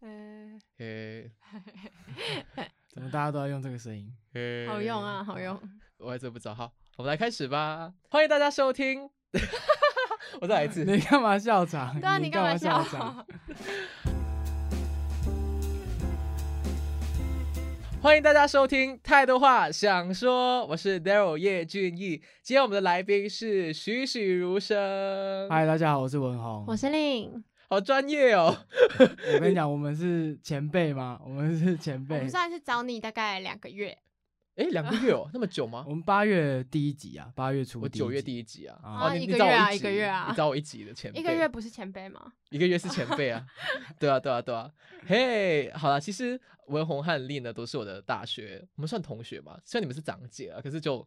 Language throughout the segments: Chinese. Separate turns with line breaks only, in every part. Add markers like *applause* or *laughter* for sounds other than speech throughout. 哎
嘿，
怎么大家都要用这个
*laughs*
声音？
嘿，
好用啊，！好用。
我还真不知道。好，我们来开始吧。欢迎大家收听， *laughs* 我再来一次。
你干嘛笑场？
对啊，你
干
干嘛
笑
笑？
场？
欢迎大家收听《太多话想说》，我是 Daryl 叶俊逸。今天我们的来宾是栩栩如生，
嗨，大家好，我是文宏。
*laughs* 我是令，
好专业哦。
我跟你讲，我们是前辈吗？我们是前
我
辈
们。算是找你大概两个月，
诶，两个月哦，那么久吗
我？们八月第一集啊，八月
*laughs*
初。
我九月第
一
一
集。
集啊，
啊
哦，
一
你你
个
找我
月啊
一
一个
集
月啊
你找我一集的前辈，
一个月不是前辈吗？
一个月是前辈
*laughs*
啊，对啊，对啊，对啊。嘿、好了，其实文宏和丽呢都是我的大学，我们算同学嘛，虽然你们是长姐啊，可是就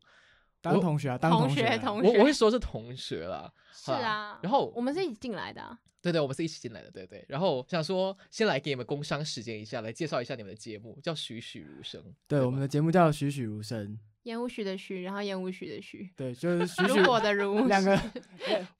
当同学啊，当
同
学啊。
同
我
学
我会说是同学啦。
是
好啦
啊。
然后
我们是一起进来的啊，
对对，我们是一起进来的，对对。然后想说，先来给你们工商时间一下，来介绍一下你们的节目，叫《栩栩如生》。
对，
吧
我们的节目叫《栩栩如生》。
烟无许的许，然后烟无许的许，
对，就是
*laughs*
栩
如
栩。
果的如
*laughs* 两个，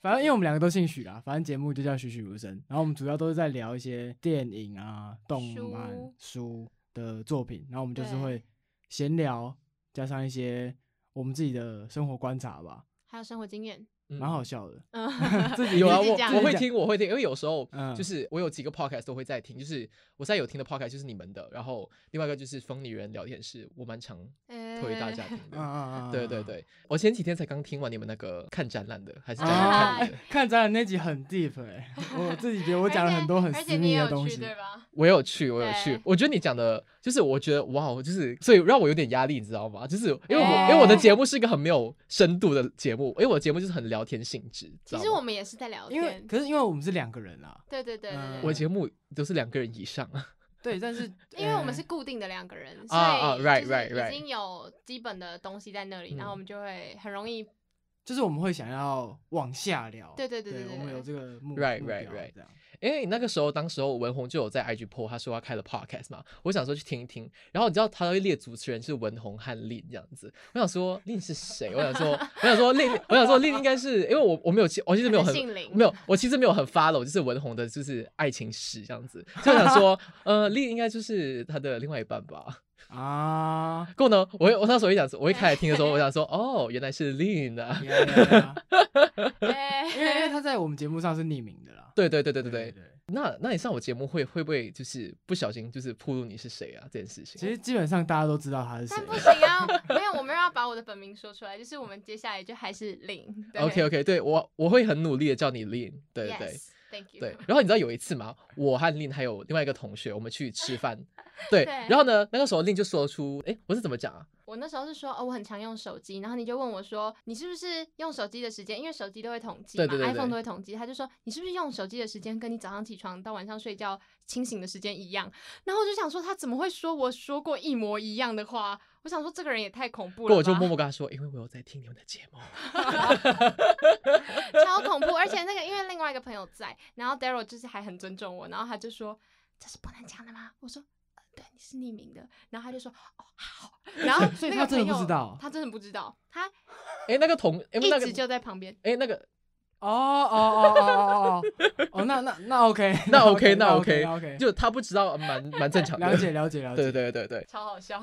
反正因为我们两个都姓许啊啦，反正节目就叫栩栩如生。然后我们主要都是在聊一些电影啊、动漫、书的作品，然后我们就是
对
会闲聊，加上一些我们自己的生活观察吧，
还有生活经验， *laughs*
嗯
蛮好笑的。
嗯，
自己
有啊，
自己
我
讲
我会听，我会听，因为有时候
嗯
就是我有几个 podcast 都会在听，就是我现在有听的 podcast 就是你们的，然后另外一个就是疯女人聊天室，我蛮常推大
呃
家听
*laughs* 啊
的。
*laughs*
啊啊！
对对对，我前几天才刚听完你们那个看展览的，还是
啊
展
啊
览看
啊
哎
你
*laughs*
的，
看展览那集很 deep 哎、我自己觉得我讲了很多很
而且
私
你
密
也
的
有
东
去
西。
对吧？
我有去，我有去
对。
我觉得你讲的，就是我觉得哇，我就是所以让我有点压力，你知道吗？就是因为我、
哎
因为我的节目是一个很没有深度的节目，因为我的节目就是很聊天性质。知
其
道
实我
吗
们也是在聊
因为
天，
可是因为我们是两个人啦，
对对对对
嗯
我
对
的节目都是两个人以上，
对，但是呃
对， *laughs* 因为我们是
嗯
固定的两个人，所
啊
以
，right，
就
right，right
是已经有基本的东西在那里，
嗯
然后我们就会很容易，
就是我们会想要往下聊，
对对对
对
对对
我们有
对，
这个目
Right,
目标
right, right
这样。
因为那个时候，当时候文红就有在 IG po，他说他开了 podcast 嘛，我想说去听一听。然后你知道他会列主持人是文红和令这样子，我想说令是谁？我想说，我想说令，我想说令应该是因为我我没有其我其实没有
可
很
能姓林
没有我其实没有很 follow 就是文红的就是爱情史这样子，就想说呃令应该就是他的另外一半吧。
啊，
够呢，我我那时候一想说，我一开始听的时候，我想说哦原来是令啊，
yeah, yeah,
*laughs*
yeah 因为因为
*laughs* 哎
他在我们节目上是匿名的啦。
对对对对对
对
对。那那你上我节目会会不会就是不小心就是暴露你是谁啊这件事情？
其实基本上大家都知道他是谁
但。不行啊，没有，我没有要把我的本名说出来，就是我们接下来就还是零。对
OK OK，对我我会很努力的叫你 Lin，对对对
Yes, Thank you。
对。然后你知道有一次吗？我和 Lin 还有另外一个同学，我们去吃饭，对。
对
然后呢，那个时候 Lin 就说出，哎，我是怎么讲啊？
我那时候是说，哦，我很常用手机，然后你就问我说，你是不是用手机的时间？因为手机都会统计嘛
对对对对
i p h o n e 都会统计，他就说你是不是用手机的时间跟你早上起床到晚上睡觉清醒的时间一样？然后我就想说，他怎么会说我说过一模一样的话？我想说这个人也太恐怖
过
了吧，
我就默默跟他说，因为我有在听你们的节目。
超恐怖。而且那个因为另外一个朋友在，然后 Daryl 就是还很尊重我，然后他就说这是不能讲的吗？我说。呃对，你是匿名的，然后他就说哦好，然后
所以
那个
他真
朋
的不
友
知道
他真的不知道，他
哎，那个同，哎
一
那
直
个，
就在旁边。
哎那
*laughs*
个，
哦哦哦哦哦哦哦哦，那那
*laughs*
那 OK，
那 OK 那
那
OK，
那 OK，
就他不知道，呃蛮蛮正常的。
了解。了解了解。
对对对对
超好 *laughs*
*laughs*
笑，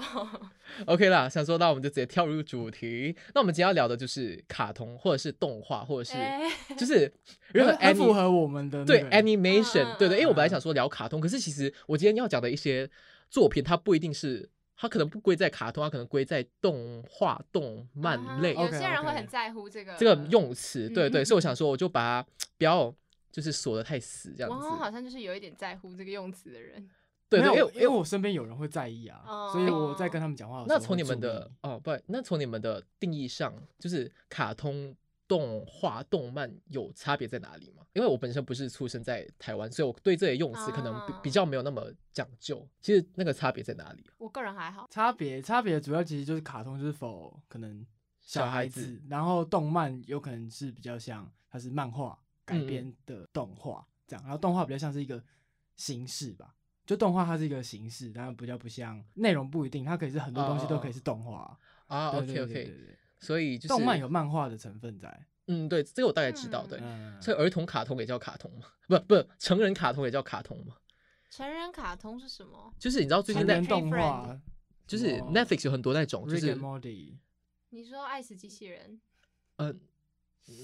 ，OK 啦，想说那我们就直接跳入主题。那我们今天要聊的就是卡通，或者是动画，或者是、
哎
*laughs*
就是任
很，
何
很
any
符合我们的那
对
个
animation，、
嗯
对对，因为我本来
嗯
想说聊卡通，可是其实我今天要讲的一些作品，它不一定是，它可能不归在卡通，它可能归在动画、动漫类、
啊有
OK，
些人会
OK
很在乎这个
这个。用词，对
嗯
对，
嗯
所以我想说，我就把它不要就是锁得太死这样
王红好
子，
像就是有一点在乎这个用词的人，
对
没
对，因
有
为
因为我身边有人会在意啊
哦，
所以我在跟他们讲话的时候
那
会
从你们
注意
的哦不，那从你们的定义上，就是卡通。动画、动漫有差别在哪里吗？因为我本身不是出生在台湾，所以我对这些用词可能比
啊
比较没有那么讲究。其实那个差别在哪里？
我个人还好。
差别，差别主要其实就是卡通就是否可能
小
小
孩
孩
子
子，然后动漫有可能是比较像它是漫画改
嗯嗯
编的动画这样，然后动画比较像是一个形式吧，就动画它是一个形式，然后比较不像内容不一定，它可以是很多东西都可以是动画。
啊
对
，OK
对对
OK，
对对
所以哦就是
动漫有漫画的成分在，
嗯，对，这个我大概知道，对。
嗯，
所以儿童卡通也叫卡通嘛？不不，成人卡通也叫卡通嘛？
成人卡通是什么？
就是你知道最近
成
那
人
Netflix
动
Friend
画，
就是是
哦
Netflix 有很多那种，就
Rick
是
and Morty，
你说《爱死机器人
呃，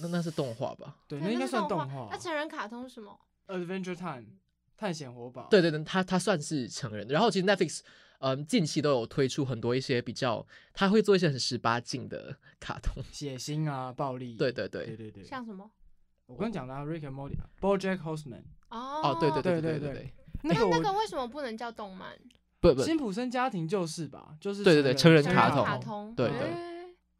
那那是动画吧？》
对，那应该
是
算动
画。那成人卡通是什么？
Adventure Time 探险活宝，
对对对，它它算是成人的。然后其实 Netflix 嗯近期都有推出很多一些比较，它会做一些很十八禁的 *laughs* 卡通。
血腥啊，暴力，
对对对
对对对。
像什么？
我跟你讲的啊，Rick and Morty，BoJack Horseman，
哦
哦，对对
对
对对
对对
对，
那个
那那
我
个为什么不能叫动漫？
不不，
辛普森家庭就是吧，就是
对对对成人
成
卡
人
通
卡通。
对
对
对。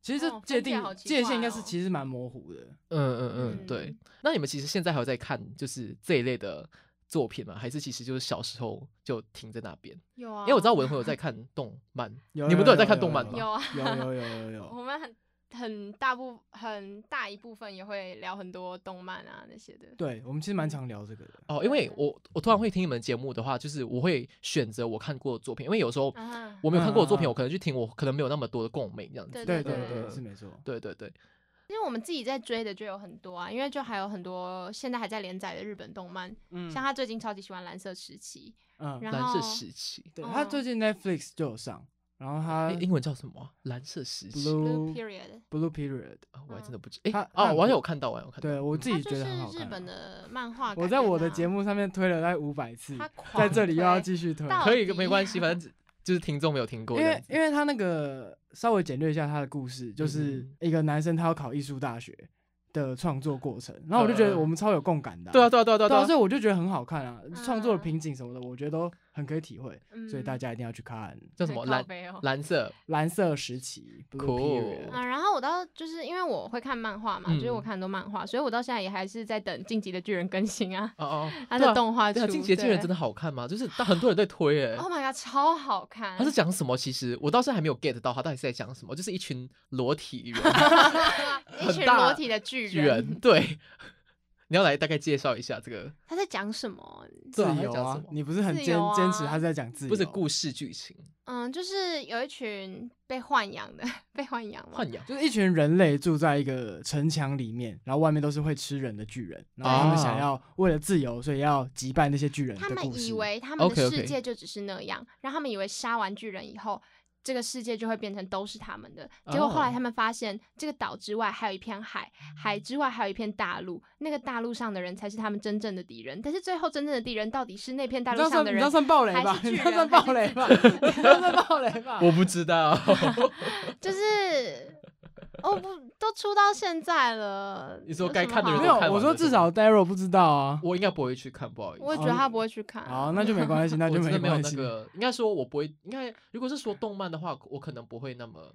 其实这
哦
界
分界
定
好奇
界限
怪
应该是
哦
其实蛮模糊的。
嗯嗯嗯，对
嗯。
那你们其实现在还有在看就是这一类的作品吗？还是其实就是小时候就停在那边？
有啊。
因为我知道文宏有在看动漫，
有
*laughs* 你们都有在看动漫
有
吗？
有啊。
*laughs* 有有有有有，
我们很很大部很大一部分也会聊很多动漫啊那些的。
对我们其实蛮常聊这个的。
哦，因为
对
我我突然会听你们节目的话，就是我会选择我看过的作品，因为有时候
啊，
我没有看过的作品，
嗯嗯嗯
我可能去听，我可能没有那么多的共鸣这样子。
*laughs* 对
对
对
对
对
对，是没错。
对对对，
因为我们自己在追的就有很多啊，因为就还有很多现在还在连载的日本动漫，
嗯
像他最近超级喜欢《蓝色时期》，
嗯，
然
蓝
后
色时期，
对，他
嗯
最近 Netflix 就有上，然后他
诶英文叫什么啊？蓝色时期，
Blue
Blue
Period，
Blue Period，
啊我还
嗯
真的不记。
它
哎，
它
哦，
很
我好像
多
有看到，我好像有看到。
对我
嗯
自己觉得很
它
好
就是日本
看啊。
的漫画改编啊。
我在我的节目上面推了大概五百次，
他狂
在
推，
这里又要继续推，
到
可以，
底
没
*laughs*
关系，反正只就是听众没有听过
因
这样
为
子。
因为他那个稍微简略一下他的故事，就是
嗯
一个男生他要考艺术大学的创作过程，然后我就觉得
嗯嗯
我们超有共感的啊、
对啊，对啊，对啊，对
对啊，
啊
所。以我就觉得很好看啊，创作
嗯
的瓶颈什么的，我觉得都很可以体会，
嗯
所以大家一定要去看《
叫什么蓝
哦
蓝色？
蓝色时期》Blue
Cool
Period。
啊，然后我到就是因为我会看漫画嘛，就是我
嗯
看很多漫画，所以我到现在也还是在等《晋级的巨人》更新啊，
哦哦，
它
对
的
啊
动画
对啊，
出。
《进击的巨人》真的好看吗？
*laughs*
就是但很多人在推诶。
，Oh my god，超好看。
他是 *laughs* 讲什么？其实我到现在还没有 get 到他到底是在讲什么，就是一群裸体
*laughs*
人
*laughs* 一
很
群
大
裸体的巨
人，对。 *laughs* 你要来大概介绍一下这个，
他在讲什么？
自
对啊他在
由
讲
啊
什么，
你不是很
自
坚
由啊
坚持他是在讲自由，
不是故事剧情，
嗯，就是有一群被豢养的， *laughs* 被豢养嘛，
豢养
就是一群人类住在一个城墙里面，然后外面都是会吃人的巨人，然后他们
啊
想要为了自由，所以要击败那些巨人
他
的故
们
事。
以为他们的
OK，OK
世界就只是那样，然后他们以为杀完巨人以后，这个世界就会变成都是他们的。结果后来
哦
他们发现，这个岛之外还有一片海，海之外还有一片大陆，那个大陆上的人才是他们真正的敌人。但是最后真正的敌人到底是那片大
你知
陆
道
上
算
的
你知
人
道，算暴雷
还
吧？
是
你
巨
知道
人
算
还
暴
是
雷
自 *laughs*
吧？
己
你知道算暴雷
啊
吧？
我不
*laughs*
知道。
就是哦不，都出到现在了。
你说
有
该
什么
看的人
好
没
都
有
看，完
我说
了
至少 Daryl 不知道
*laughs*
啊。
我应该不会去看，不好意思。
我也觉得他不会去看。
好，那就没关系，那
我
就
真的没有
关
那
系。
个，应该说我不会，应该如果是说动漫的话，我可能不会那么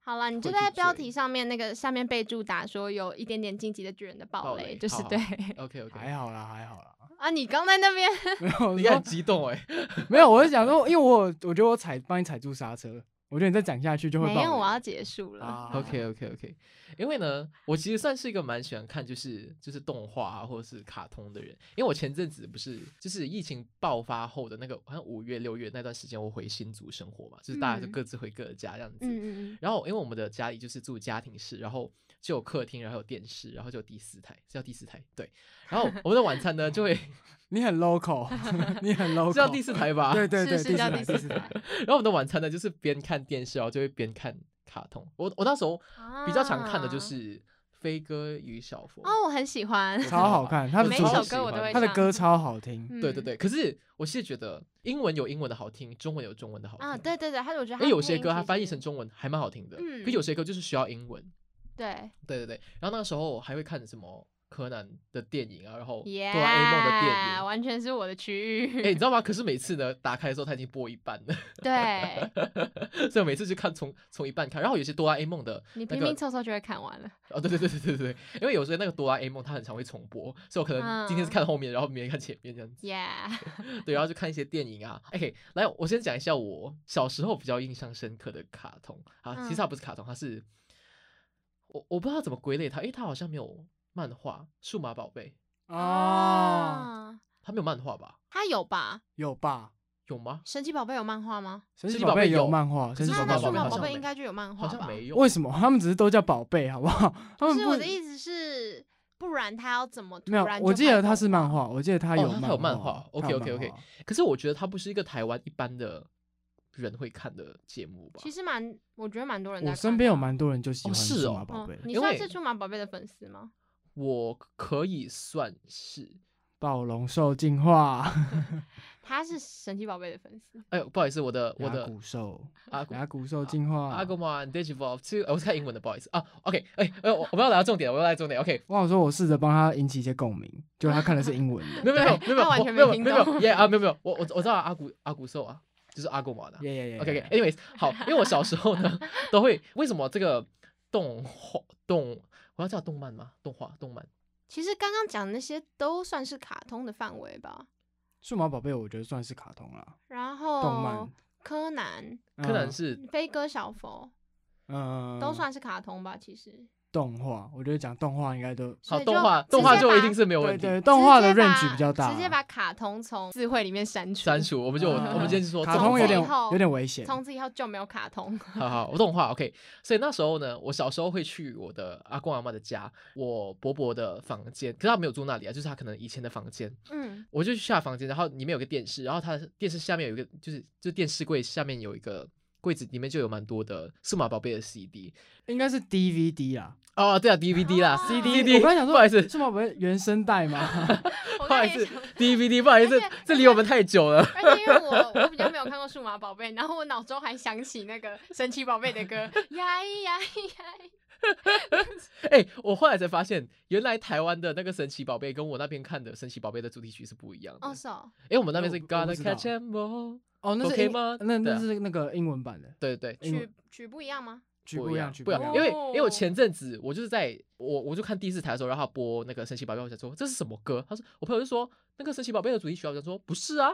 好了，你就
会去
在标
追
题上面那个下面备注打说有一点点晋级的巨人的暴
暴
雷，
雷
就是
好好
对
OK OK。
还好啦，还好
*laughs*
啦。
*laughs* 啊。你刚在那边，
没有，我
你看
哎说
很激动哎、
没有，我是想说，因为我有我觉得我踩帮你踩住刹车，我觉得你再讲下去就会
没
爆
有，
雷
我要结束了。
啊
OK OK OK，因为呢，我其实算是一个蛮喜欢看就是就是动画、啊、或者是卡通的人，因为我前阵子不是就是疫情爆发后的那个好像五月六月那段时间，我回新竹生活嘛，就是大家就
嗯
各自回各的家这样子。
嗯嗯
然后因为我们的家里就是住家庭式，然后就有客厅，然后有电视，然后就有第四台，是叫第四台对。然后我们的晚餐呢就会 *laughs*
你很 local，你 *laughs* 很 local，
是叫第四台吧？
对对
是
对，
是
第四
叫第
台第
四
四
台
台，
然后我们的晚餐呢就是边看电视，然后就会边看卡通。我我那时候
嗯，
比较常看的就
啊
是《飞哥与小佛》
哦，我很喜欢。
我
超好看他的
我
主
超
首
喜
歌我都
欢
会
他的
唱
歌超好听。
对对
嗯
对，可是我是觉得英文有英文的好听，中文有中文的好听
啊，对。对对，他我觉得
因为有些歌它
他
翻译成中文还蛮好听的，
嗯
可有些歌就是需要英文。
对
对对对，然后那时候还会看什么柯南的电影啊，然后
耶，
哆啦 A 梦的电影
Yeah，。完全是我的区域。
哎、你知道吗？可是每次呢，打开的时候它已经播一半了， *laughs*
对
所以我每次就看从从一半看。然后有些哆啦 A 梦的
你
那
拼
个
拼凑凑就会看完了。
哦，对对对对对对，因为有时候那个哆啦 A 梦它很常会重播，所以我可能今天是
嗯
看后面，然后明天看前面这样子。 *laughs*
Yeah，
对，然后就看一些电影啊。OK，来，我先讲一下我小时候比较印象深刻的卡通啊，其
嗯
实它不是卡通，它是我我不知道怎么归类它，因为它好像没有漫画，《数码宝贝》
嗯
哦，，
它没有漫画吧？
他有吧？
有吧？
有吗？
神奇宝贝有漫画吗？
神奇
奇
宝
宝贝
贝有
有
漫画，神奇
那
宝
贝
那
贝
有
数
好
码
漫
像
宝
画。
贝
没
应该就有漫画
好像
吧？
*laughs*
没有， *laughs*
为什么他们只是都叫宝贝，好不好？
不
他们
是
不
我的意思是，不然他要怎么突
没有
然，就
我记得
拍
他是
动
漫
画
画，我记得他
哦
有
他
漫
还有漫
画
画，OK，OK，OK
他有漫画
可是我觉得它不是一个台湾一般的人会看的节目吧？
其实蛮，我觉得蛮多人在
我
看
身边有
的啊
蛮多人就
哦
喜欢
是
数
哦
码宝贝
嗯，，你
因
算
为
是数码宝贝的粉丝吗？
我可以算是，
暴龙兽进化，
他是神奇宝贝的粉丝，
哎呦，不好意思，我的 *laughs* 我
牙
的
骨兽，
阿古
牙骨兽进化，
阿古玛 Digivolve，呃我是看英文的，不好意思啊。OK，哎哎，我我们要聊到重点，我们要来重点。OK，
我想说，我试着帮他引起一些共鸣，就他看的是英文
*laughs*
的，
没有没有没有没
他完
有
全
没有
没听
没有没有
懂
耶啊没有没有，我我我知道阿古阿古兽啊，就是阿古玛的啊。
耶耶耶
*laughs*
OK OK，anyways，好，因为我小时候呢都会为什么这个动画动我要叫动漫吗？动画动漫。
其实刚刚讲的那些都算是卡通的范围吧。
数码宝贝我觉得算是卡通啦，
然后
动漫
柯南、
柯南
嗯
是
飞哥、小佛
嗯
都算是卡通吧，其实。
动画，我觉得讲动画应该都
所
好
以
动
就
画，
直
动画
接
就一
把
定是没有问
对
题。
对，动画的
直接把
range 比较大，
直接把卡通从智慧里面删除。
删。除，我们就、
嗯
啊
我们今天就说
卡
动
通
画
有
从
点
此以后
有点危险，
从此以后就没有卡通，
好好，我动画 OK。所以那时候呢，我小时候会去我的阿公阿妈的家，我伯伯的房间，可是他没有住那里啊，就是他可能以前的房间。
*laughs* 嗯，
我就去下房间，然后里面有个电视，然后他电视下面有一个，就是就电视柜下面有一个柜子，里面就有蛮多的数码宝贝的 CD。
应该是 DVD 啦
哦，对啊，DVD 啦、
哦
c d
我刚才想说，
不好意思，
数码宝贝原声带嘛，
我
不好
刚
意
也
思
想，
，DVD，不好意思
而且，
这离我们太久了。
而且因为我我比较没有看过数码宝贝，然后我脑中还想起那个神奇宝贝的歌， *laughs* 呀咿呀咿呀咿，
哎、我后来才发现，原来台湾的那个神奇宝贝跟我那边看的神奇宝贝的主题曲是不一样的。哎、
哦是哦，
我们那边是
我不我不
Gotta
知道
Catch 'em All，
哦，那是
OK
英
吗
那
对
那
啊
是那个英文版的，
对对对，
英文
曲曲不一样吗？
局部
一
一样，
样，
局
不
部
一
一
样
样。
因为因为我
哦
前阵子我就是在我我就看第四台的时候，然后他播那个神奇宝贝，我想说这是什么歌？他说我朋友就说那个神奇宝贝的主题曲啊，我想说不是啊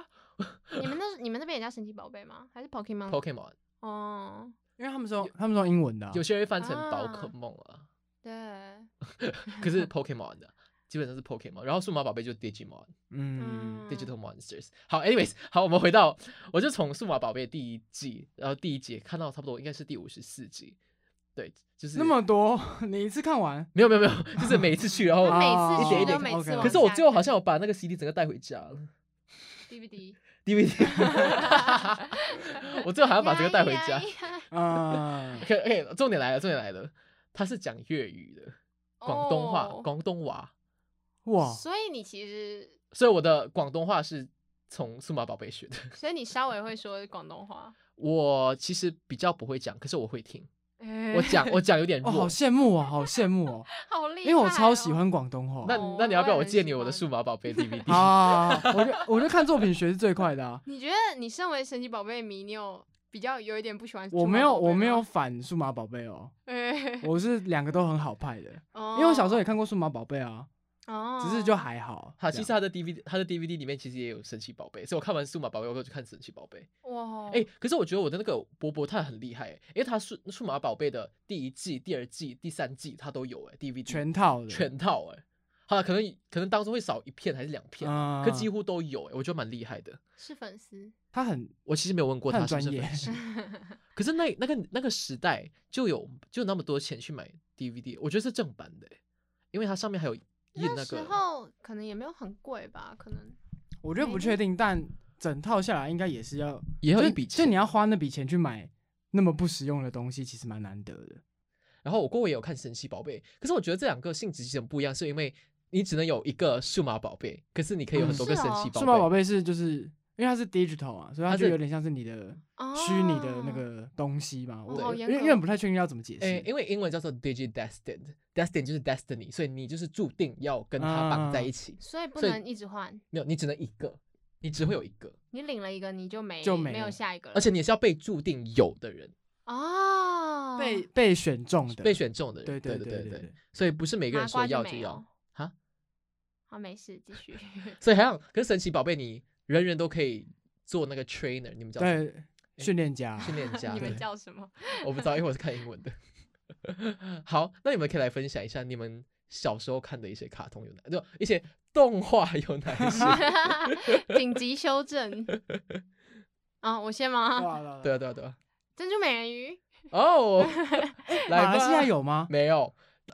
你们那你们那边也叫神奇宝贝吗？还是 Pokemon？
，Pokemon
哦，
因为他们说他们说英文的啊，
有些人会翻成宝
啊
可梦
*laughs*
啊，
对，
嗯
可是 Pokemon 的。基本上是 Pokemon，然后数码宝贝就 Digimon、
嗯，
Digital Monsters。好，anyways，好，我们回到，我就从数码宝贝第一季，然后第一节看到差不多应该是第五十四集，对，就是
那么多， *laughs* 你一次看完？
没有没有没有，就是每一次去，然
*laughs*
后
我
哦
每次
一点一
去
点
都每次
OK
往下看，
可是我最后好像有把那个 CD 整个带回家了
DVD，
DVD，我最后还要把这个带回
呀
家 *laughs*
咿。呀咿呀
啊，
OK OK，重点来了，重点来了，他是讲粤语的，广东话，
哦
广东话，
哇，
所以你其实，
所以我的广东话是从数码宝贝学的。 *laughs*
所以你稍微会说广东话。
我其实比较不会讲，可是我会听，
我
我讲我讲有点
哦，好
弱。
羡慕哦，好羡慕哦，
哎好厉害、
因为我超喜。欢广东话。
那
哦
那你要不要
我
我
也很
借
喜
你我的
欢
数码宝贝 DVD？
啊，我就我就看作品学是最快 *laughs* 的啊。
你觉得你身为神奇宝贝迷，你有比较有一点不喜欢？
我没有，我没有。反数码宝贝哦，
哎，
我是两个都很好派的，
因
因为我小时候也看过数码宝贝啊，
哦，
只是就还好。
*laughs* 好，
这
其实
样
他的 DVD，他的 DVD 里面其实也有神奇宝贝，所以我看完数码宝贝，我就去看神奇宝贝。
哦
哇，
哎、可是我觉得我的那个伯伯他很厉害、欸，因为他数数码宝贝的第一季、第二季、第三季他都有哎、DVD
全套的，
全套哎、好了，可能可能当中会少一片还是两片，
啊，
可几乎都有哎、我觉得蛮厉害的。
是粉丝，
他很
我其实没有问过
他
他
很
是不是
专业
粉丝，
*laughs*
可是那那个那个时代就有就有那么多钱去买 DVD，我觉得是正版的欸、因为它上面还有印
那时
个。
候可能也没有很贵吧，可能
我觉得不确定，但整套下来应该也是要
也要
就
一笔
就
钱
你要花那笔钱去买那么不实用的东西，其实蛮难得的。
然后我过后也有看神奇宝贝，可是我觉得这两个性质其实很不一样，是因为你只能有一个数码宝贝，可是你可以有
嗯
很多个
是
神
哦
奇宝贝。
数码宝贝是就是因为它是 digital 啊，所以它
它
就是有点像是你的
哦
虚拟的那个东西吧。
好
我因
严
为
格哦
因为不太确定要怎么解
诶，
释。
因为英文叫做 digi destined，destined 就是 destiny，所以你就是注定要跟它绑
啊
在一起。
所以不
所以
能一直换。
没有，你只能一个，你只
嗯
会有一个，
你领了一个，你就没
就没
没有
了
下一个了，
而且你是要被注定有的人，
哦，
被被选中的，
被选中的
对
人。对
对
对
对，
所以不是每个人
麻瓜
说
就
要就
没
要
有。
哈。
好没事，继
*laughs*
续。
所以还有，可是神奇宝贝你人人都可以做那个 trainer，你们叫什么
对训练家
训练家
你
对
们叫什么？ *laughs*
我不知道，因为我是看英文的。 *laughs* 好，那你们可以来分享一下你们小时候看的一些卡通有哪，就一些动画有哪
*laughs*
一些？
紧急修
*laughs*
正。啊，我先吗？
哇啦啦
对啊，对啊，对啊。
珍珠美人鱼，
哦，来
马来西亚
吧
有吗？
没有？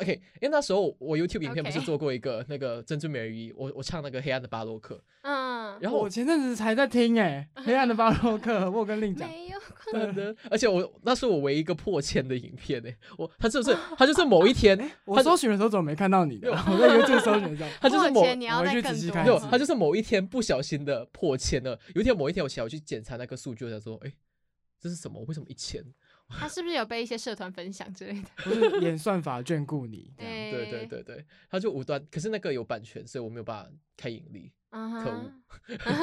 OK，因为那时候我 YouTube 影片不是
OK
做过一个那个珍珠美人鱼，我我唱那个黑暗的巴洛克，
嗯，
然后
我前阵子才在听哎、黑暗的巴洛克》，我有跟令讲，
没有，
噔噔，而且我那是我唯一一个破千的影片呢、我他就是
啊
他就是某一天，
我搜寻的时候怎么没看到你的？我在 YouTube 搜寻上，
他就是
破
某
千你要
我
再
去
更
仔细
多
看
没有，
是
他就是某一天不小心的破千了。有一天某一天我起来我去检查那个数据，我想说，哎，这是什么？为什么一千？
他是不是有被一些社团分享之类的？
不是演算法眷顾你这样。
哎
*laughs* 对对，对对，他就无端，可是那个有版权，所以我没有办法开盈利。 *laughs*
啊哈，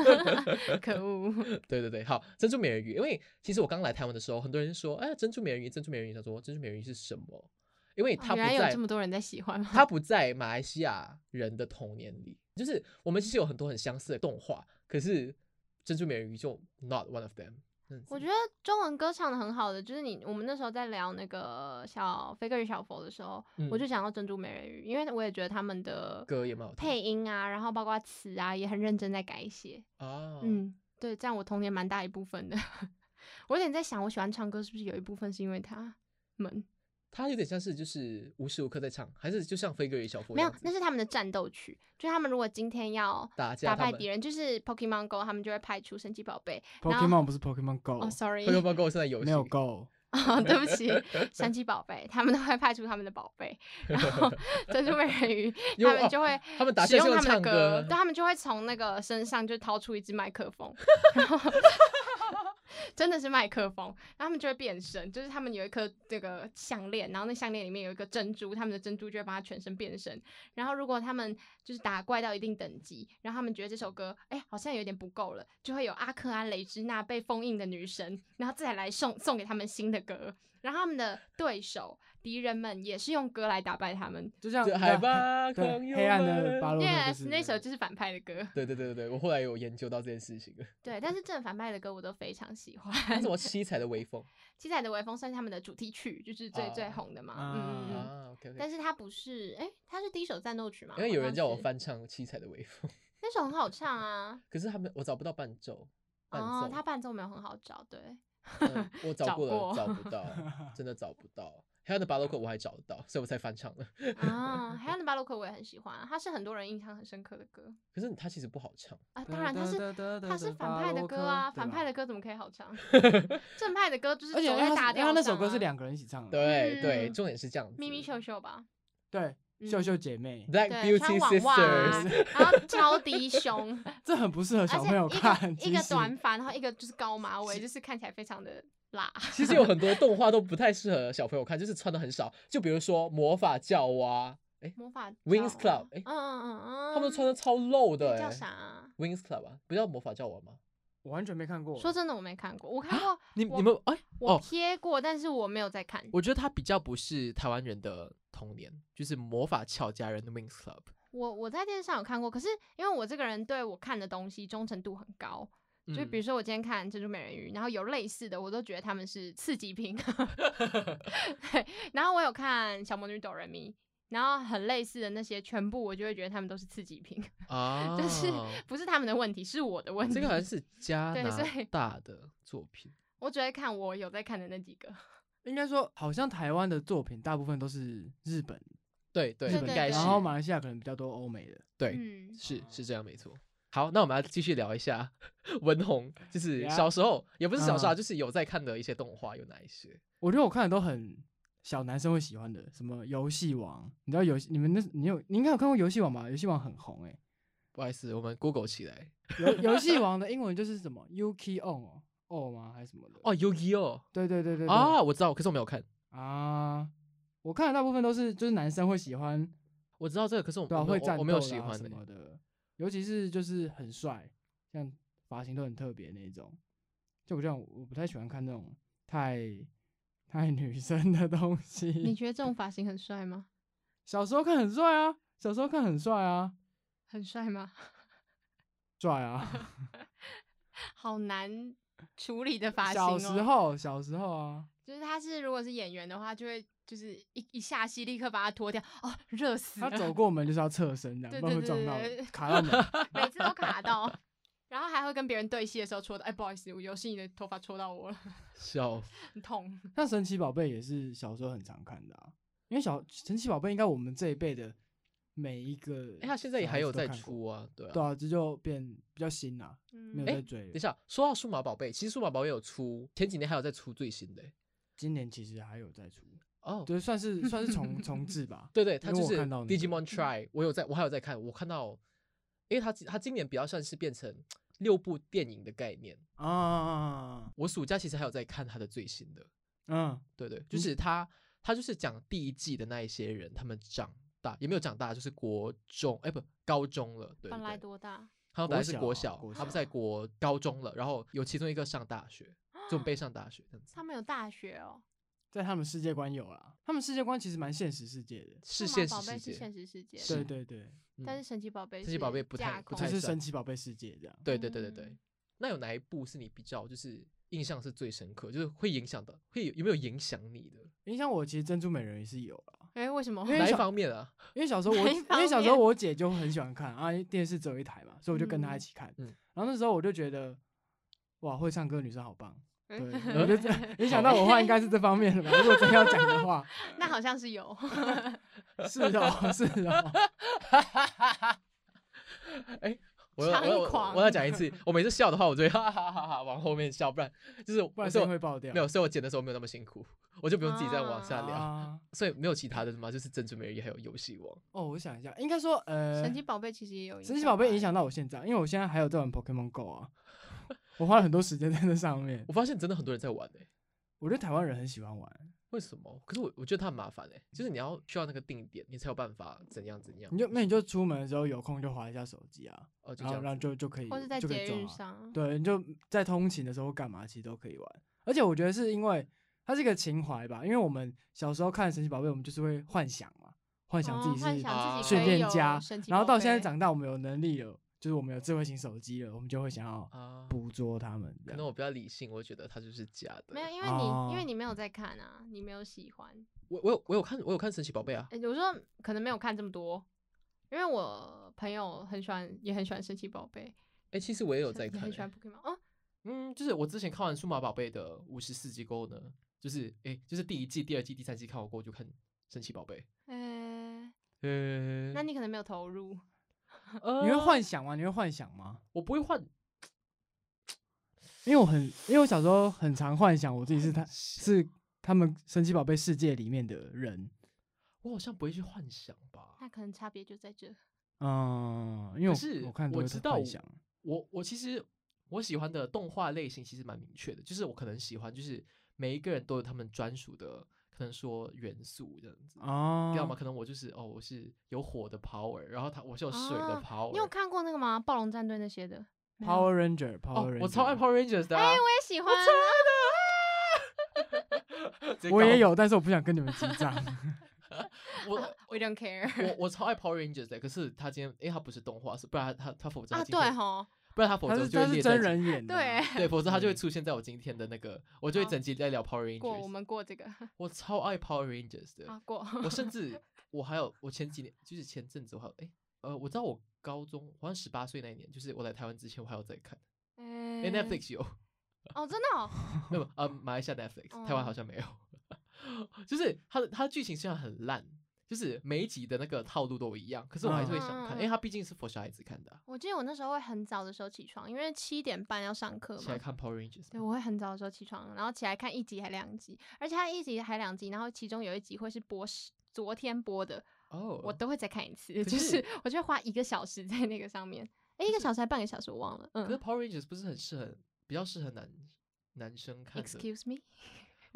*laughs* 可恶，
对对对，好，珍珠美人鱼，因为其实我刚来台湾的时候，很多人说，哎，珍珠美人鱼，珍珠美人鱼，想说珍珠美人鱼是什么？因为他
哦
不
原来有
在
这么多人在喜欢吗？
它不在马来西亚人的童年里，就是我们其实有很多很相似的动画，可是《珍珠美人鱼》就 not one of them 这样子。
我觉得中文歌唱的很好的，就是你我们那时候在聊那个小飞哥与小佛的时候，
嗯
我就讲到珍珠美人鱼，因为我也觉得他们的
歌也蛮好听
配音啊，然后包括词啊，也很认真在改写。
啊，
嗯，对，占我童年蛮大一部分的。 *laughs* 我有点在想，我喜欢唱歌是不是有一部分是因为他们
它有点像是就是无时无刻在唱，还是就像飞哥与小佛
没有
这样，子
那是他们的战斗曲，就是他们如果今天要
打架
打
他
败
们
敌。人，就是 Pokemon Go，他们就会派出神奇宝贝。然后
Pokemon 不是 Pokemon
哦
Go，
，sorry，
飞哥报告现在游戏
没有 Go，
哦， *laughs* 对不起，神奇宝贝，他们都会派出他们的宝贝，然后 *laughs* 珍珠美人鱼，
因为
他们
哦
就会
他们打
使
架是
用他
用
们的
唱
歌
歌，
对，他们就会从那个身上就掏出一支麦克风，然后真的是麦克风，然后他们就会变身，就是他们有一颗这个项链，然后那项链里面有一个珍珠，他们的珍珠就会帮他全身变身。然后如果他们就是打怪到一定等级，然后他们觉得这首歌哎好像有点不够了，就会有阿克安蕾之娜被封印的女神，然后再来送送给他们新的歌。然后他们的对手敌人们也是用歌来打败他们。
就像
这海吧
*laughs* 对
朋友
黑暗的巴
们
洛克哦就
Yes，
是
那首就是反派的歌。
对对对对对，我后来有研究到这
*laughs*
件事情，
对，但是正反派的歌我都非常喜欢。
那什么七彩的微风
七彩的微风算是他们的主题曲，就是最、最
啊
红的嘛。
啊
嗯嗯嗯。
啊，OK OK，
但是它不是，哎、它是第一首战斗曲嘛？
因为有人叫我
翻，
翻唱七彩的微风，
那首很好唱
*laughs*
啊。
可是他们我找不到伴奏，伴
哦
奏，
它伴奏没有很好找，对。
*laughs*
嗯
*laughs*
我找
找
过了，
过
找不到，真的找不到。黑暗的巴洛克我还找得到，所以我才翻唱了。
啊，海岸的巴洛克我也很喜欢、啊，它是很多人印象很深刻的歌
可是它其实不好
哦
唱，
啊。当然，它是它是反派的歌啊，反派的歌怎么可以好唱？
*laughs*
正派的歌就是
而且
走在大
他
调、
因为那首歌
啊
是两个人一起唱的，
对、对，
嗯
重点是这样子。
咪咪秀秀吧，
对，
嗯
秀秀姐妹，
Black
对，穿网
Beauty
袜、啊
Sisters，，
然后超低胸，
*laughs* 这很
*laughs*
不适合小朋友
而且
看，
一个一个
其实
短发，然后一个就是高马尾，就是看起来非常的辣。
其实有很多动画都不太适合小朋友看，就是穿的很少。就比如说魔法教蛙，哎、
魔法
Wings
教啊
Club，诶
嗯嗯嗯嗯，
他们都穿的超露的、
那叫
诶
啥啊
Wings Club 啊，不叫魔法教蛙吗？
我完全没看过。
说真的，我没看过，我看过，
你
我
你们哎、
我
哦，
瞥过，但是我没有在看。
我觉得它比较不是台湾人的童年，就是魔法俏佳人的 Wings Club。
我我在电视上有看过，可是因为我这个人对我看的东西忠诚度很高，就
嗯
比如说我今天看《珍珠美人鱼》，然后有类似的，我都觉得他们是次级品。
*laughs*
对，然后我有看《小魔女斗人迷》，然后很类似的那些，全部我就会觉得他们都是次级品，
啊，
就是不是他们的问题，是我的问题。
这个好像是加
对所以
拿大的作品。
*laughs* 我只会看我有在看的那几个。
应该说，好像台湾的作品大部分都是日本，
对对，
日本
应该
的
是
然后马来西亚可能比较多欧美的。
对，
嗯，
哎是是这样没错。好，那我们要继续聊一下 *laughs* 文红，就是
呀
小时候也不是小时候啊，
嗯
就是有在看的一些动画有哪一些？
我觉得我看的都很小男生会喜欢的，什么游戏王，你知道游戏？你们那你有你应该有看过游戏王吧？游戏王很红哎、
不好意思，我们 Google 起来
游游
*laughs*
戏王的英文就是什么 Yuki On 哦 O 吗？还是什么的？
哦，Yu-Gi-Oh
对对对对对
啊，我知道，可是我没有看，
啊！我看的大部分都是就是男生会喜欢，
我知道这个，可是我
对啊，
我没
会
有
战
我我
斗
没有喜
啦
欢
什
的
么的，尤其是就是很帅，像发型都很特别那一种。就我这样，我不太喜欢看那种太太女生的东
嗯你
西。
觉得这种发型很帅吗？
小时候看很帅啊，小时候看很帅啊，
很帅吗？ *laughs*
帅啊！
好难处理的发型
小
哦。
时候，小时候啊，
就是他是如果是演员的话，就会就是一一下戏立刻把它脱掉，哦，热死
他
了，
走过我们就是要侧身这样，
对
不然
对
会撞
对
到
对对
卡到门。
每次都卡到，
*laughs*
然后还会跟别人对戏的时候戳到，哎，不好意思，我游戏你的头发戳到我了，
笑
*laughs*
很痛。
像神奇宝贝也是小时候很常看的啊，因为小神奇宝贝应该我们这一辈的每一个，
哎，他现在也还有在，出啊，对啊。
对啊，这就变比较新啦，没
*laughs* 嗯
有
哎
在追了。
等一下，说到数码宝贝，其实数码宝贝有出，前几年还有在出最新的欸、
今年其实还有在出，
哦，
对，算是算是重重置
*laughs*
吧。
对对，它
因为
就
我
是
看到那个
Digimon Try，我有在，我还有在看，我看到，因为它它今年比较算是变成六部电影的概念。
啊，
我暑假其实还有在看它的最新的，
嗯，
对对，就是它它就是讲第一季的那一些人，他们长大也没有长大，就是国中哎不高中了，对对
本来
对，
多大？
他们本来是
国
国
小
小
啊国，
他们在国高中了，然后有其中一个上大学，准
啊
备上大学这样子。
他们有大学哦。
在他们世界观有啦，他们世界观其实蛮现实世界的。
是
数码
现实
宝贝
世
是
界，
现实世界，
是
对
是
对对，
嗯
但是神奇宝贝，
神奇宝贝不太不
就
太
是
算
神奇宝贝世界这样。
对对对对对
嗯。
那有哪一部是你比较就是印象是最深刻，就是会影响的，会有有没有影响你的？
影响我其实珍珠美人鱼是有啦，
哎，为什么？
因为
哪一
小
方面啊？
因为小时候我
哪一
因
方
为
面
小时候我姐就很喜欢看啊，电视只有一台嘛，所以我就跟她一起看。
嗯嗯
然后那时候我就觉得，哇，会唱歌的女生好棒。
*laughs*
对，呃
嗯
我就这样影响到我话应该是这方面的吧？如果真要讲的话，
那好像是有， *laughs*
是哦，是哦，
哎，我要我要
猖狂
我要讲一次，我每次笑的话，我就会 *laughs* 哈哈哈哈往后面笑，不然就是
不然
所以
声
我
音会爆掉。
没有，所以我剪的时候没有那么辛苦，我就不用自己再往下聊。
啊？
所以没有其他的吗？就是珍珠美人鱼还有游戏王。
哦，我想一下，应该说呃，
神奇宝贝其实也有，
神奇宝贝影，响到我现在，因为我现在还有在玩 Pokemon Go 啊，我花了很多时间在那上面。
我发现真的很多人在玩哎、
我觉得台湾人很喜欢玩，
为什么？可是我我觉得它很麻烦哎、就是你要需要那个定点，你才有办法怎样怎样。
你就那你就出门的时候有空就划一下手机啊，
哦就这
然后然后
样子。
就就可以，
或是在
就可以
捷
装
运
啊
嗯
上，
对，你就在通勤的时候干嘛，其实都可以玩。而且我觉得是因为它是一个情怀吧，因为我们小时候看神奇宝贝，我们就是会幻想嘛，幻想自己
哦幻
是，
想自己
训
可以
练
有
家
神奇
然后
宝
到现在
贝，
长大，我们有能力了，就是我们有智慧型手机了，我们就会想要
啊，
捕捉他们这
可
样。
能我比较理性，我觉得它就是假的。
没有，因为你因
哦
为你没有在看啊，你没有喜欢。
我我有我有看我有看神奇宝贝啊，
诶我说可能没有看这么多，因为我朋友很喜欢，也很喜欢神奇宝贝，
哎、其实我也有在
也
看、
很喜
欸
欢。Pokemon 哦，
嗯，就是我之前看完数码宝贝的五十四集过后呢，就是哎、就是第一季、第二季、第三季看完过后就看神奇宝贝。
呃，
嗯，
那你可能没有投入，
你
你
会幻想吗？你会幻想吗？
我不会换
因为我很，因为我小时候很常幻想我自己是他，是他们神奇宝贝世界里面的人。
我好像不会去幻想吧。
那可能差别就在这。
嗯，因
可
为我
是
我看都
我
会
知道
幻
我
想
我我其实我喜欢的动画类型其实蛮明确的，就是我可能喜欢就是每一个人都有他们专属的，可能说元素这样子。
啊
知道吗？可能我就是哦，我是有火的 power，然后他我是有水的
啊
power。
你有看过那个吗？暴龙战队那些的没有
，Power Ranger，
哦
Power Ranger，，
我超爱 Power Rangers 的、啊。
哎、我也喜欢啊，
直接
我
告
也有，但是我不想跟你们击掌。
我
We don't care
我我超爱 Power Rangers 的，可是他今天，因为他不是动画，是不然他他他否则他
啊，
今天
对吼，
不然他否
他
则
是
就会
他是
列在
真
今
人演的
对
啊，，
对，否则他就会
对
出现在我今天的那个，我就会
好
整集在聊 Power
过我
Rangers，
们过这个
我超爱 Power Rangers
啊
的，
过，
我甚
*laughs*
至我还有我前几年就是前阵子我还有哎呃我知道我高中好像十八岁那一年，就是我来台湾之前我还有在看，
哎
哎 Netflix 有，
哦，真的哦，
那么呃，马来西亚 Netflix，台湾好
嗯
像没有。 *laughs* 就是它的它的剧情虽然很烂，就是每一集的那个套路都一样，可是我还是会想
嗯
看，
嗯嗯
因为它毕竟是 for 小孩子看的啊、
我记得我那时候会很早的时候起床，因为七点半要上课
起
嘛
来，看 Power Rangers，
对，我会很早的时候起床，然后起来看一集还两集，而且它一集还两集，然后其中有一集会是播十昨天播的，
哦，
我都会再看一次，
可
就是是我就会花一个小时在那个上面，哎，一个小时还半个小时，我忘了。
可是
嗯
Power Rangers 不是很适合，比较适合男男生看的
，Excuse me，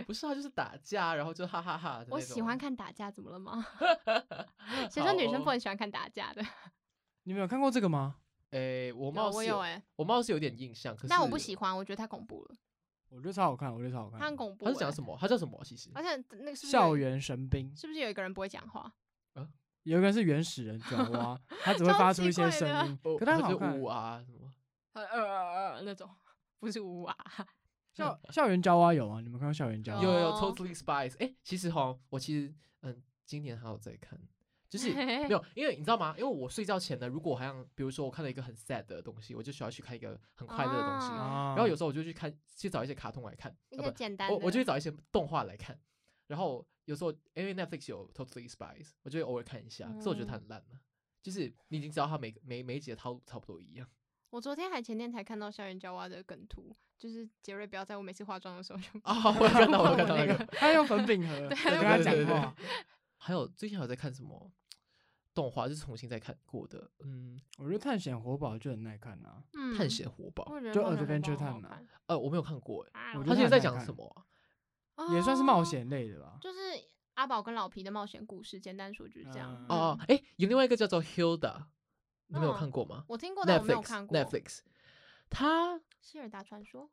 不是啊，就是打架，然后就哈哈哈的那
我喜欢
种。哦
看打架，怎么了
*laughs*
吗？谁
谁
说女生不很喜欢看打架的？
你们有看过这个吗？
哎，哦我
有
貌
我
似
有
有，
哎，
我貌似有点印象，可是
但我不喜欢，我觉得太恐怖了，
我觉得超好看，我觉得超好看。
它很恐怖。
他是讲
哎
什么？他叫什么？其实
而且那个是不是
校
有一
园神兵，
是不是有一个人不会讲话？
有一个是原始人爪哇，他只会
超
发出
奇
一些
怪
声
的
音，
哦
可他
它
好
就
看
呜。啊什么？
呃呃呃呃那种，不是呜啊，
校校园爪哇有吗？你们看过校
*laughs*
园爪哇？
有嗯有有
哦
，Totally Spies。哎，其实哈，我其实嗯，今年还有在看，就是没
*laughs*
有，因为你知道吗？因为我睡觉前呢，如果我好像比如说我看了一个很 sad 的东西，我就喜欢去看一个很快乐的东西。
啊
啊。
然后有时候我就去看，去找一些卡通来看，
一
啊
些
不，
简单的。
我我就去找一些动画来看。然后有时候因为 Netflix 有 Totally Spies，我就会偶尔看一下，可是我觉得它
嗯
很烂了、就是你已经知道它每每每一集的套路差不多一样。
我昨天还前天才看到校园娇娃的梗图，就是杰瑞不要在我每次化妆的时候就
啊、
*laughs*
我有看到，我有看到那
那
个。
个
他用粉饼盒跟
他用
他
粉
讲
饼盒
话，
还有最近还有在看什么动画，就是重新再看过的，嗯，
我觉得探险活宝就很耐看
《
啊。
嗯
探，险活宝》
我觉得
就
《
Adventure Time 啊
嘛，
呃，我没有看过哎，
啊
我觉
他现
得
在
很
在
耐
讲
看
什么啊？
也算是冒，
哦
险类的吧。
就是阿宝跟老皮的冒险故事，简单说就是这样。
嗯
哦，哎，有另外一个叫做 Hilda，你们有
嗯
看过吗
我听过，但我没有看过。
？Netflix，Netflix，他
希尔达传说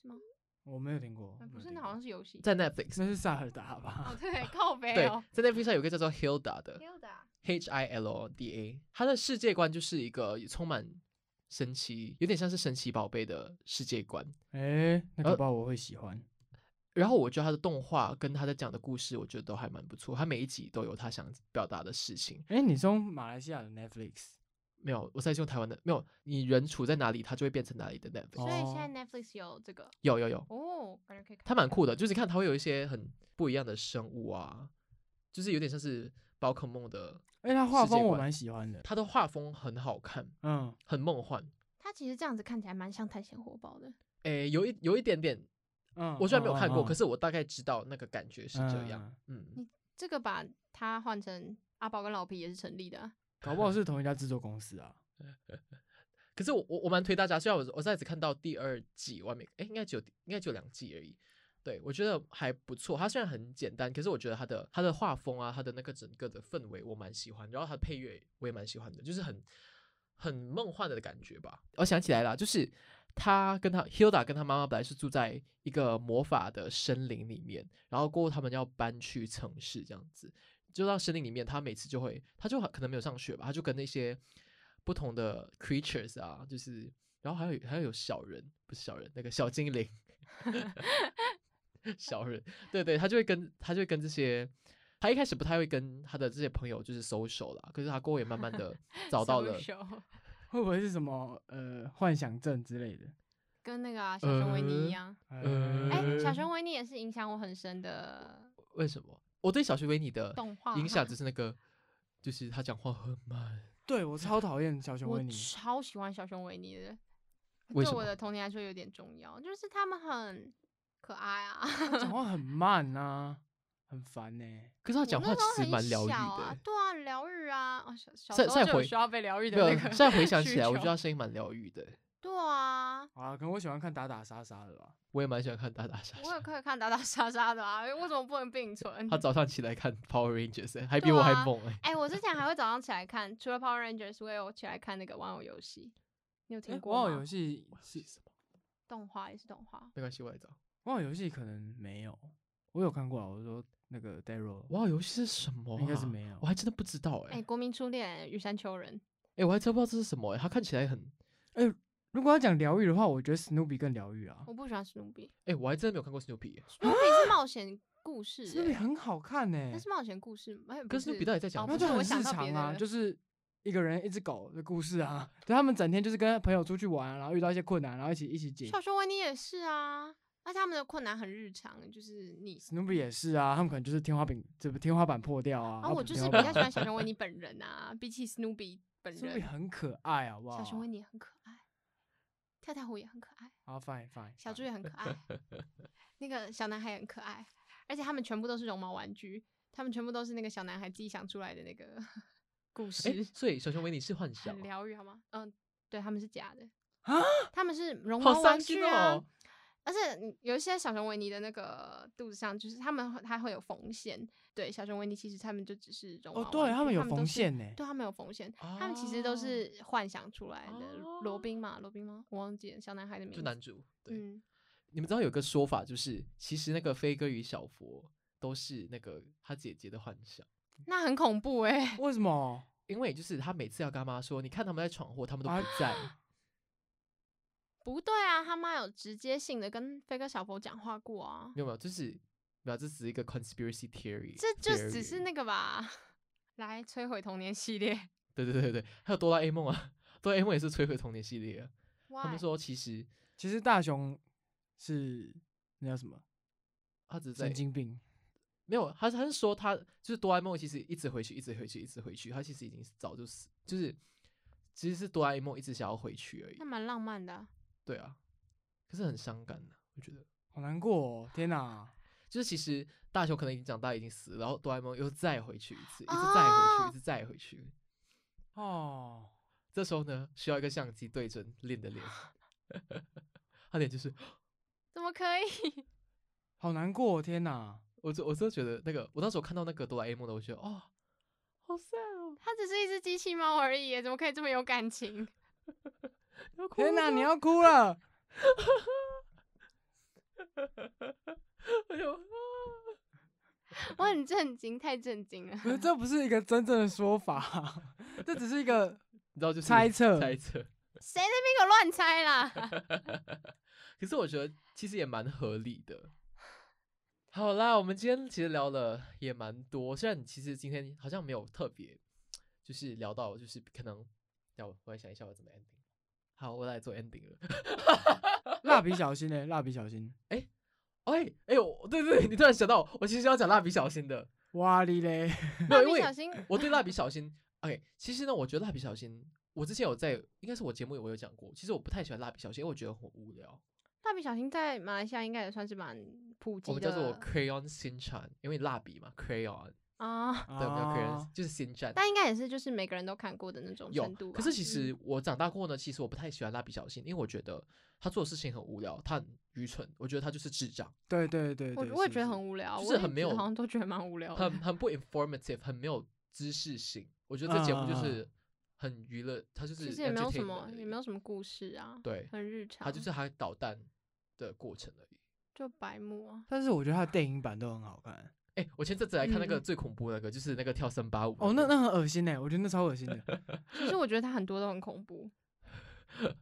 是吗？
我没有听过
呃，
没
不
有
是，
听
那
过
好像是游戏。
在 Netflix，
那是萨尔达吧
哦，？对，
*laughs*
靠背
对呃
哦。，
在 Netflix 上有一个叫做 Hilda 的
Hilda，
H I L D A，他的世界观就是一个充满神奇，有点像是神奇宝贝的世界观。
哎，那
呃
个包我会喜欢。
然后我觉得他的动画跟他在讲的故事，我觉得都还蛮不错。他每一集都有他想表达的事情。
哎，你是用马来西亚的 Netflix
没有，我在用台湾的，没有，你人处在哪里，他就会变成哪里的 Netflix。
所以现在
哦
Netflix 有这个
有有有，
哦，感觉可以看。
它蛮酷的，就是看它会有一些很不一样的生物啊，就是有点像是宝可梦的，
哎，他画
世界
风我
观
蛮喜欢的。
它的画风很好看，
嗯，
很梦幻。
它其实这样子看起来蛮像探险火爆的。
诶，有一有一点点，
嗯，
我虽然没有看过，可
是
是我大概知道那个感觉是这样。嗯，
这个把它换成阿宝跟老皮也是成立的啊、
搞不
嗯
好是同一家制作公司啊。
可是我我我蛮推大家，虽然我我现在只看到第二季外面，哎，应该只有应该只有两季而已。对，我觉得还不错。它虽然很简单，可是我觉得它的它的画风啊，它的那个整个的氛围我蛮喜欢，然后它的配乐我也蛮喜欢的，就是很很梦幻的感觉吧。我想起来了，就是他跟他 Hilda 跟他妈妈本来是住在一个魔法的森林里面，然后过后他们要搬去城市这样子，就到森林里面，他每次就会，他就可能没有上学吧，他就跟那些不同的 creatures 啊，就是，然后还有还有小人，不是小人，那个小
*laughs*
精灵，小人，对对，他就会跟他就会跟这些。他一开始不太会跟他的这些朋友就是 social 啦，可是他过后也慢慢
*laughs*
的找到了
Social
会不会是什么呃幻想症之类的？
跟那个、啊、
嗯
小熊维尼一样。
呃
哎、
呃
小熊维尼也是影响我很深的
为什么？我对小熊维尼的
动画
影响只是那个，就是他讲话很慢。
对我超讨厌小熊
我
维尼，
超喜欢小熊维尼的，对
为什
我
么
的童年来说有点重要，就是他们很可爱啊。 *laughs*
他讲话很慢啊，很烦呢。
可是他
我
讲
那
话
时候
其实
很
蛮疗愈
小
的
啊
欸，，
对啊，疗愈啊，哦小小
再
时候
再
就有
回
需要被疗愈的
没有。
那个
现，在回想
需
起来，我觉
求
得他声音蛮疗愈的欸。
对啊，
好啊，可能我喜欢看打打杀杀的吧。
我也蛮喜欢看打打杀
我也
杀。
可以看打打杀杀的啊，为什么不能并存？
他早上起来看 Power Rangers，欸还比
对
我还
啊
猛哎。
哎、我之前还会早上起来看，除了 Power Rangers，我也有起来看那个玩偶游戏。你有
哎
听，过吗？
玩偶游戏是
什么？
动画也是动画，
没关系，我来找。
玩偶游戏可能没有，我有看过啊。我说那个 Daryl，
哇，游戏是什么啊？
应该是没有
我还真的不知道
哎、
哎。
国民初恋羽山丘人，
哎，我还真不知道这是什么哎。他看起来很
如果要讲疗愈的话，我觉得史努比更疗愈啊
我。不喜欢史努比，
哎，我还真的没有看过史努比欸。
史努比
*gasps*
是冒险故事、
史努比
欸，
很好看呢、
那是冒险故事，哎，
可
不
是史努比
是
到底在讲
哦
什
然
不
么
后就是很
我
日
想到别
常
的
啊，
了
就是一个人一只狗的故事啊。 *laughs* 就他们整天就是跟朋友出去玩，然后遇到一些困难，然后一起一起解决
小。熊维尼也是啊，而且他们的困难很日常，就是你。
史努比也是啊，他们可能就是天花板，这不天花板破掉啊。
啊，我就是
天
比
花
较
板
喜欢小熊维尼本人啊，比起史努比本
史努比
人，
很可爱，好不好？
小熊维尼也很可爱，跳跳虎也很可爱，
好，fine fine，
小猪
fine
也很可
*laughs*
爱，那个小男孩也很可爱，而且他们全部都是绒毛玩具，他们全部都是那个小男孩自己想出来的那个故
哎，
事，
所以小熊维尼是幻想
很
啊。
疗愈好吗？嗯，对，他们是假的
啊，
他们是绒
好
毛
伤
玩
心
具啊
哦。
而且你有一些小熊维尼的那个肚子上，就是他们会它会有缝线。对，小熊维尼其实他们就只是绒毛玩，
哦
具。
对，他们有
都
缝
是
线呢。
对他们有缝线，他们其实
哦
都是幻想出来的。罗
哦
宾嘛，罗宾吗？我忘记了小男孩的名字。
就男主对。
嗯，
你们知道有个说法，就是其实那个飞哥与小佛都是那个他姐姐的幻想，
那很恐怖
*laughs*
哎、
为什么？
因为就是他每次要跟他妈说，你看他们在闯祸，他们都
啊
不在，
不对啊，他妈有直接性的跟飞哥小佛讲话过啊
你，有没有？就是没有，这只是一个 conspiracy theory，
这就只是
theory
那个吧。 *laughs* 来摧毁童年系列
对对对对，还有哆啦 A 梦啊，哆啦 A 梦也是摧毁童年系列啊。他
，Why？
们说其实
其实大雄是那叫什么
他只是在
神经病？
没有，他他是说他就是哆啦 A 梦其实一直回去，一直回去，一直回去，他其实已经早就死，就是其实是哆啦 A 梦一直想要回去而已
那。蛮浪漫的啊、
对啊，可是很伤感的、我觉得。
好难过、哦，天哪！
就是其实大雄可能已经长大，已经死了，然后哆啦 A 梦又再回去一次，一直再回去，
哦
一直再回去。
哦，
这时候呢，需要一个相机对准脸的脸， *laughs* 他脸就是
怎么可以？ *laughs*
好难过、哦，天哪！
我真我真的觉得那个，我那时候看到那个哆啦 A 梦的，我觉得哦， *laughs* 好 sad 哦，
它只是一只机器猫而已耶，怎么可以这么有感情？ *laughs*
要哭
天哪，
了
你要哭了！
哎呦，啊
我很震惊，太震惊了。
不是， *laughs* 这不是一个真正的说法，这只是一个
你知道就是
猜测
猜测。
谁那边给
*laughs*
我乱猜啦？
可是我觉得其实也蛮合理的。好啦，我们今天其实聊了也蛮多，虽然其实今天好像没有特别，就是聊到就是可能，要我来想一下我怎么 ending。好，我来做 ending 了。 *laughs*
蜡笔小新欸呢，蜡笔小新，
哎哎呦，对对，对你突然想到，我其实要讲蜡笔小新的，
哇哩
*laughs*
嘞，
没有，
蜡
因
笔
为
小新
我对蜡笔小新，OK，其实呢，我觉得蜡笔小新，我之前有在，应该是我节目我有讲过，其实我不太喜欢蜡笔小新，因为我觉得很无聊。
蜡笔小新在马来西亚应该也算是蛮普及
我
的。
们叫做 crayon 新产，因为蜡笔嘛，crayon，
啊，
对，我们叫 crayon
啊
就是新战。
但应该也是就是每个人都看过的那种
有
程度，吧。
可是其
嗯
实我长大过后呢，其实我不太喜欢蜡笔小新，因为我觉得他做的事情很无聊，他很愚蠢，我觉得他就是智障，
对对对
我
对，
我也
是
觉得
是
很无聊，
就是
我也
很没
觉得
有
好像都觉得蛮无聊的
很。很不 informative，很没有知识性。我觉得这节目就是很娱乐，他就是
嗯其实也没有什么
entertainment 而，已
也没有什么故事啊，
对，
很日常。
他就是他捣蛋的过程而已。
就白目
*laughs*
啊，
但是我觉得他的电影版都很好看。
哎、我前阵子来看那个
嗯
最恐怖那个，就是那个跳森巴舞
哦，那
个
那很恶心呢，我觉得那超恶心的。
其实我觉得他很多都很恐
*laughs*
怖。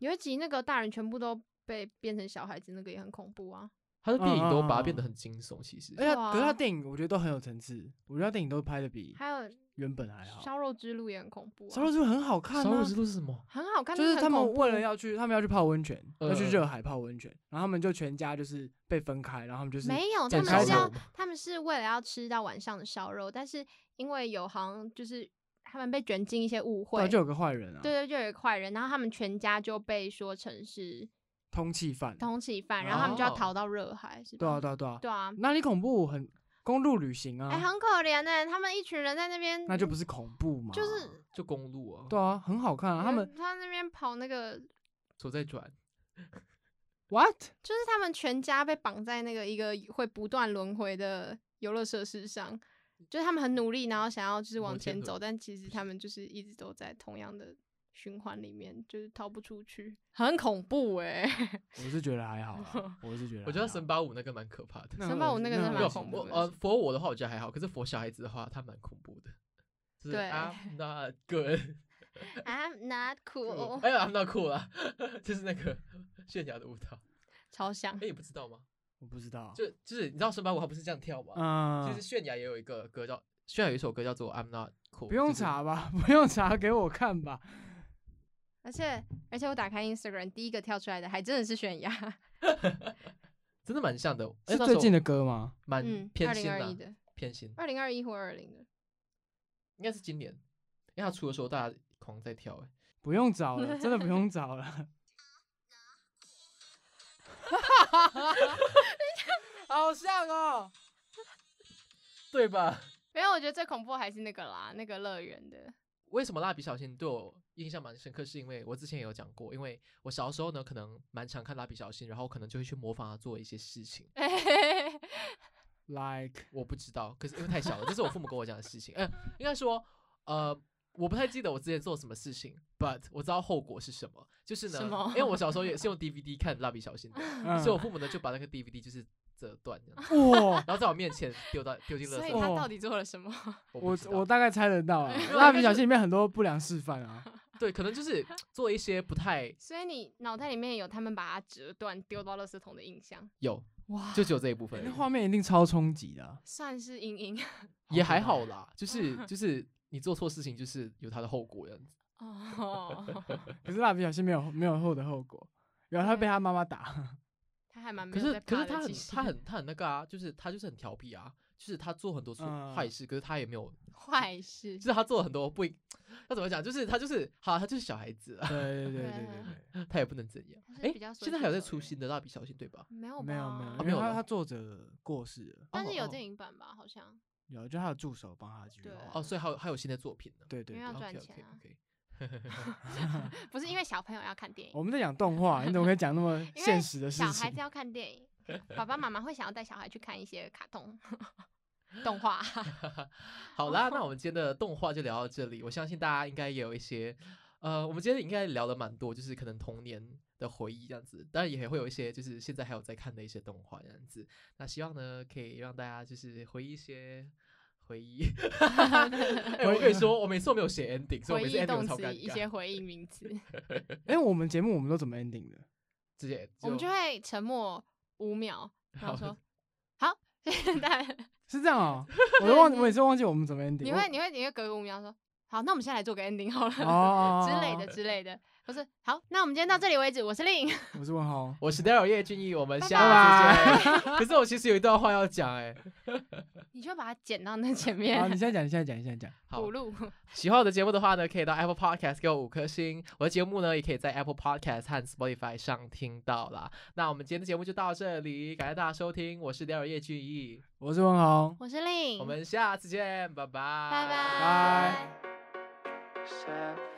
有一集那个大人全部都被变成小孩子，那个也很恐怖啊。
他的电影都
嗯嗯
把它
嗯
变得很惊悚，其实
而。且他可是
哇
他电影我觉得都很有层次，我觉得他电影都拍的比
还有
原本还好。
烧肉之路也很恐怖、啊，
烧肉就很好看
烧肉
啊
之，路是什么？
很好看，
就
但
是
很
他们
恐怖
为了要去，他们要去泡温泉，要去
嗯嗯
热海泡温泉，然后他们就全家就是被分开，然后他们就是
没有，哦他
在
们
烧
是
肉
要
吗？
他们是为了要吃到晚上的烧肉，但是因为有好像就是他们被卷进一些误
对啊
会，
就有个坏人啊，
对对，就有一个坏人，然后他们全家就被说成是
通缉犯。
通缉犯，然后他们就
哦
要逃到热海，是吧？
对啊对啊对啊，
对啊，
哪里恐怖？很公路旅行
哎、
啊，
很可怜呢、他们一群人在那边，
那就不是恐怖嘛，
就是
就公路啊，
对啊，很好看啊。他
*laughs*
们
他那边跑那个，
手在转。
what？
就是他们全家被绑在那个一个会不断轮回的游乐设施上，就是他们很努力，然后想要就是
摩
往
天
前走，
轮
但其实他们就是一直都在同样的循环里面，就是逃不出去，很恐怖 *laughs* 哎、
我是觉得还好
*laughs*
啦，我是觉得
我觉得
啊
还好
森巴舞那个蛮可怕的。
那
神
很
爸
恶
我那
心
个真的
很
蛮
没有
恶心
恐怖
我
的
呃，佛我的话我觉得还好，可是佛小孩子的话，他蛮恐怖的。就是
对 *laughs*
I'm not good，
*laughs* I'm not
哎 *laughs*
cool，
呀，I'm not cool 啊，就是那个 *laughs* 泫雅的舞蹈。
超像
哎、你不知道吗？
我不知道，
就就是你知道森巴舞它不是这样跳吗？
嗯，
其实泫雅也有一个歌叫泫雅有一首歌叫做 I'm not cool，
不用
就是
查吧，不用查，给我
*laughs*
看吧。
而且而且我打开 Instagram 第一个跳出来的还真的是悬崖，
真的蛮像的。
是最近
的
的歌吗？
蛮
嗯，
偏
二
心
零
的
二
啊、
一的，
偏心，
二零二一或二零的。
应该是今年，因为他出的时候大家狂在跳、哎，
不用找
*laughs*
了，真的不用找了。好像哦，
对吧？ *laughs*
没有，我觉得最恐怖还是那个啦，那个乐园的。
为什么蜡笔小新对我印象蛮深刻？是因为我之前也有讲过，因为我小时候呢，可能蛮常看蜡笔小新，然后可能就会去模仿他做一些事
*laughs*
情。
like
我不知道，可是因为太小了，这是我父母跟我讲的事情。嗯、应该说，呃，我不太记得我之前做什么事情，but 我知道后果是什么，就是呢
什么，
因为我小时候也是用 DVD 看蜡笔小
*laughs*
新的，
嗯
所以我父母呢就把那个 DVD 就是折断这样子，
哇，
然后在我面前丢到丢进垃
所以
圾桶。
他
哦
到底做了什么？ *laughs*
我
我
不知道
我大概猜得到啊，
有啊
蜡笔小新里面很多不良示范啊，
对，可
*laughs*
能就是做一些不太
所以你脑袋里面有他们把它折断丢到垃圾桶的印象，
有，
哇，
就只有这一部分而已。
那画面一定超冲击的啊。
算是阴影
也
可
还
怕
好啦，就是
*laughs*
就是你做错事情，就是有它的后果这样子。
哦。
可是蜡笔小新没有没有后的后果，然后他被他妈妈打，
他还蛮没
可
有
是
在怕
可是
的，
他很
其实
他很他很那个啊，就是他就是很调皮啊，就是他做很多出
嗯
坏事，可是他也没有，
坏事
就。是他做了很多不应，他怎么讲？就是他就是好，他就是小孩子啊，
对对对对对对。
他也不能怎样
他。是
哎
比较，随
现在
心
还有在
所
出
欲
新的蜡笔小新对吧？
没有吧
没有没有，因
没
为
有
他
了
他作者过世了，
但是有
哦哦
电影版吧？好
*laughs*
像
有就他的助手帮他去
对啊
哦，所以还有还有新的作品呢。
对对
因为嗯
对
要，
OK
赚
OK
钱啊
OK，
不是因为小朋友要看电
哦
我
影，
们在讲动画，你怎么可以讲那
*laughs* 因
么
为
现实的事
小孩
情
子？要看电影，爸爸妈妈会想要带小孩去看一些卡通 *laughs* 动画。 *laughs*
好啦，那我们今天的动画就聊到这里。我相信大家应该也有一些，呃，我们今天应该聊了蛮多，就是可能童年的回忆这样子，当然也会有一些就是现在还有在看的一些动画这样子。那希望呢，可以让大家就是回忆一些。回忆， *laughs* 哎、我跟你说，我每次都没有写 ending，所
回
以我每次
忆
ending 都
动
超
词，
尴
一些
尬。
回忆名词，
哎，我们节目我们都怎么 ending 的？
直接
我们就会沉默五秒，然后
好
说好。现在
是这样啊，我
对
都
*laughs*
忘，
你
我也是忘记我们怎么 ending 我。
你会你会你会隔个五秒说好，那我们现在来做个 ending 好了。
哦
之类的，之类的。不是，好，那我们今天到这里为止。我是
*laughs*
令，
我是问
*laughs*
号。哦
我是 Daryl 叶俊逸，我们
拜
下次见。 *laughs* 可是我其实有一段话要讲，
*laughs*
哎，
你就把它剪到那前
*laughs*
好，你
面
现在讲，你现在讲，你现在讲。
好
补，录。
喜欢我的节目的话呢，可以到 Apple Podcast 给我五颗星。我的节目呢，也可以在 Apple Podcast 和 Spotify 上听到啦。那我们今天的节目就到这里，感谢大家收听，我是 Daryl 叶俊逸，
我是问哦豪。
我是令，
我们下次见，拜拜，
拜
拜
拜。
拜
Sad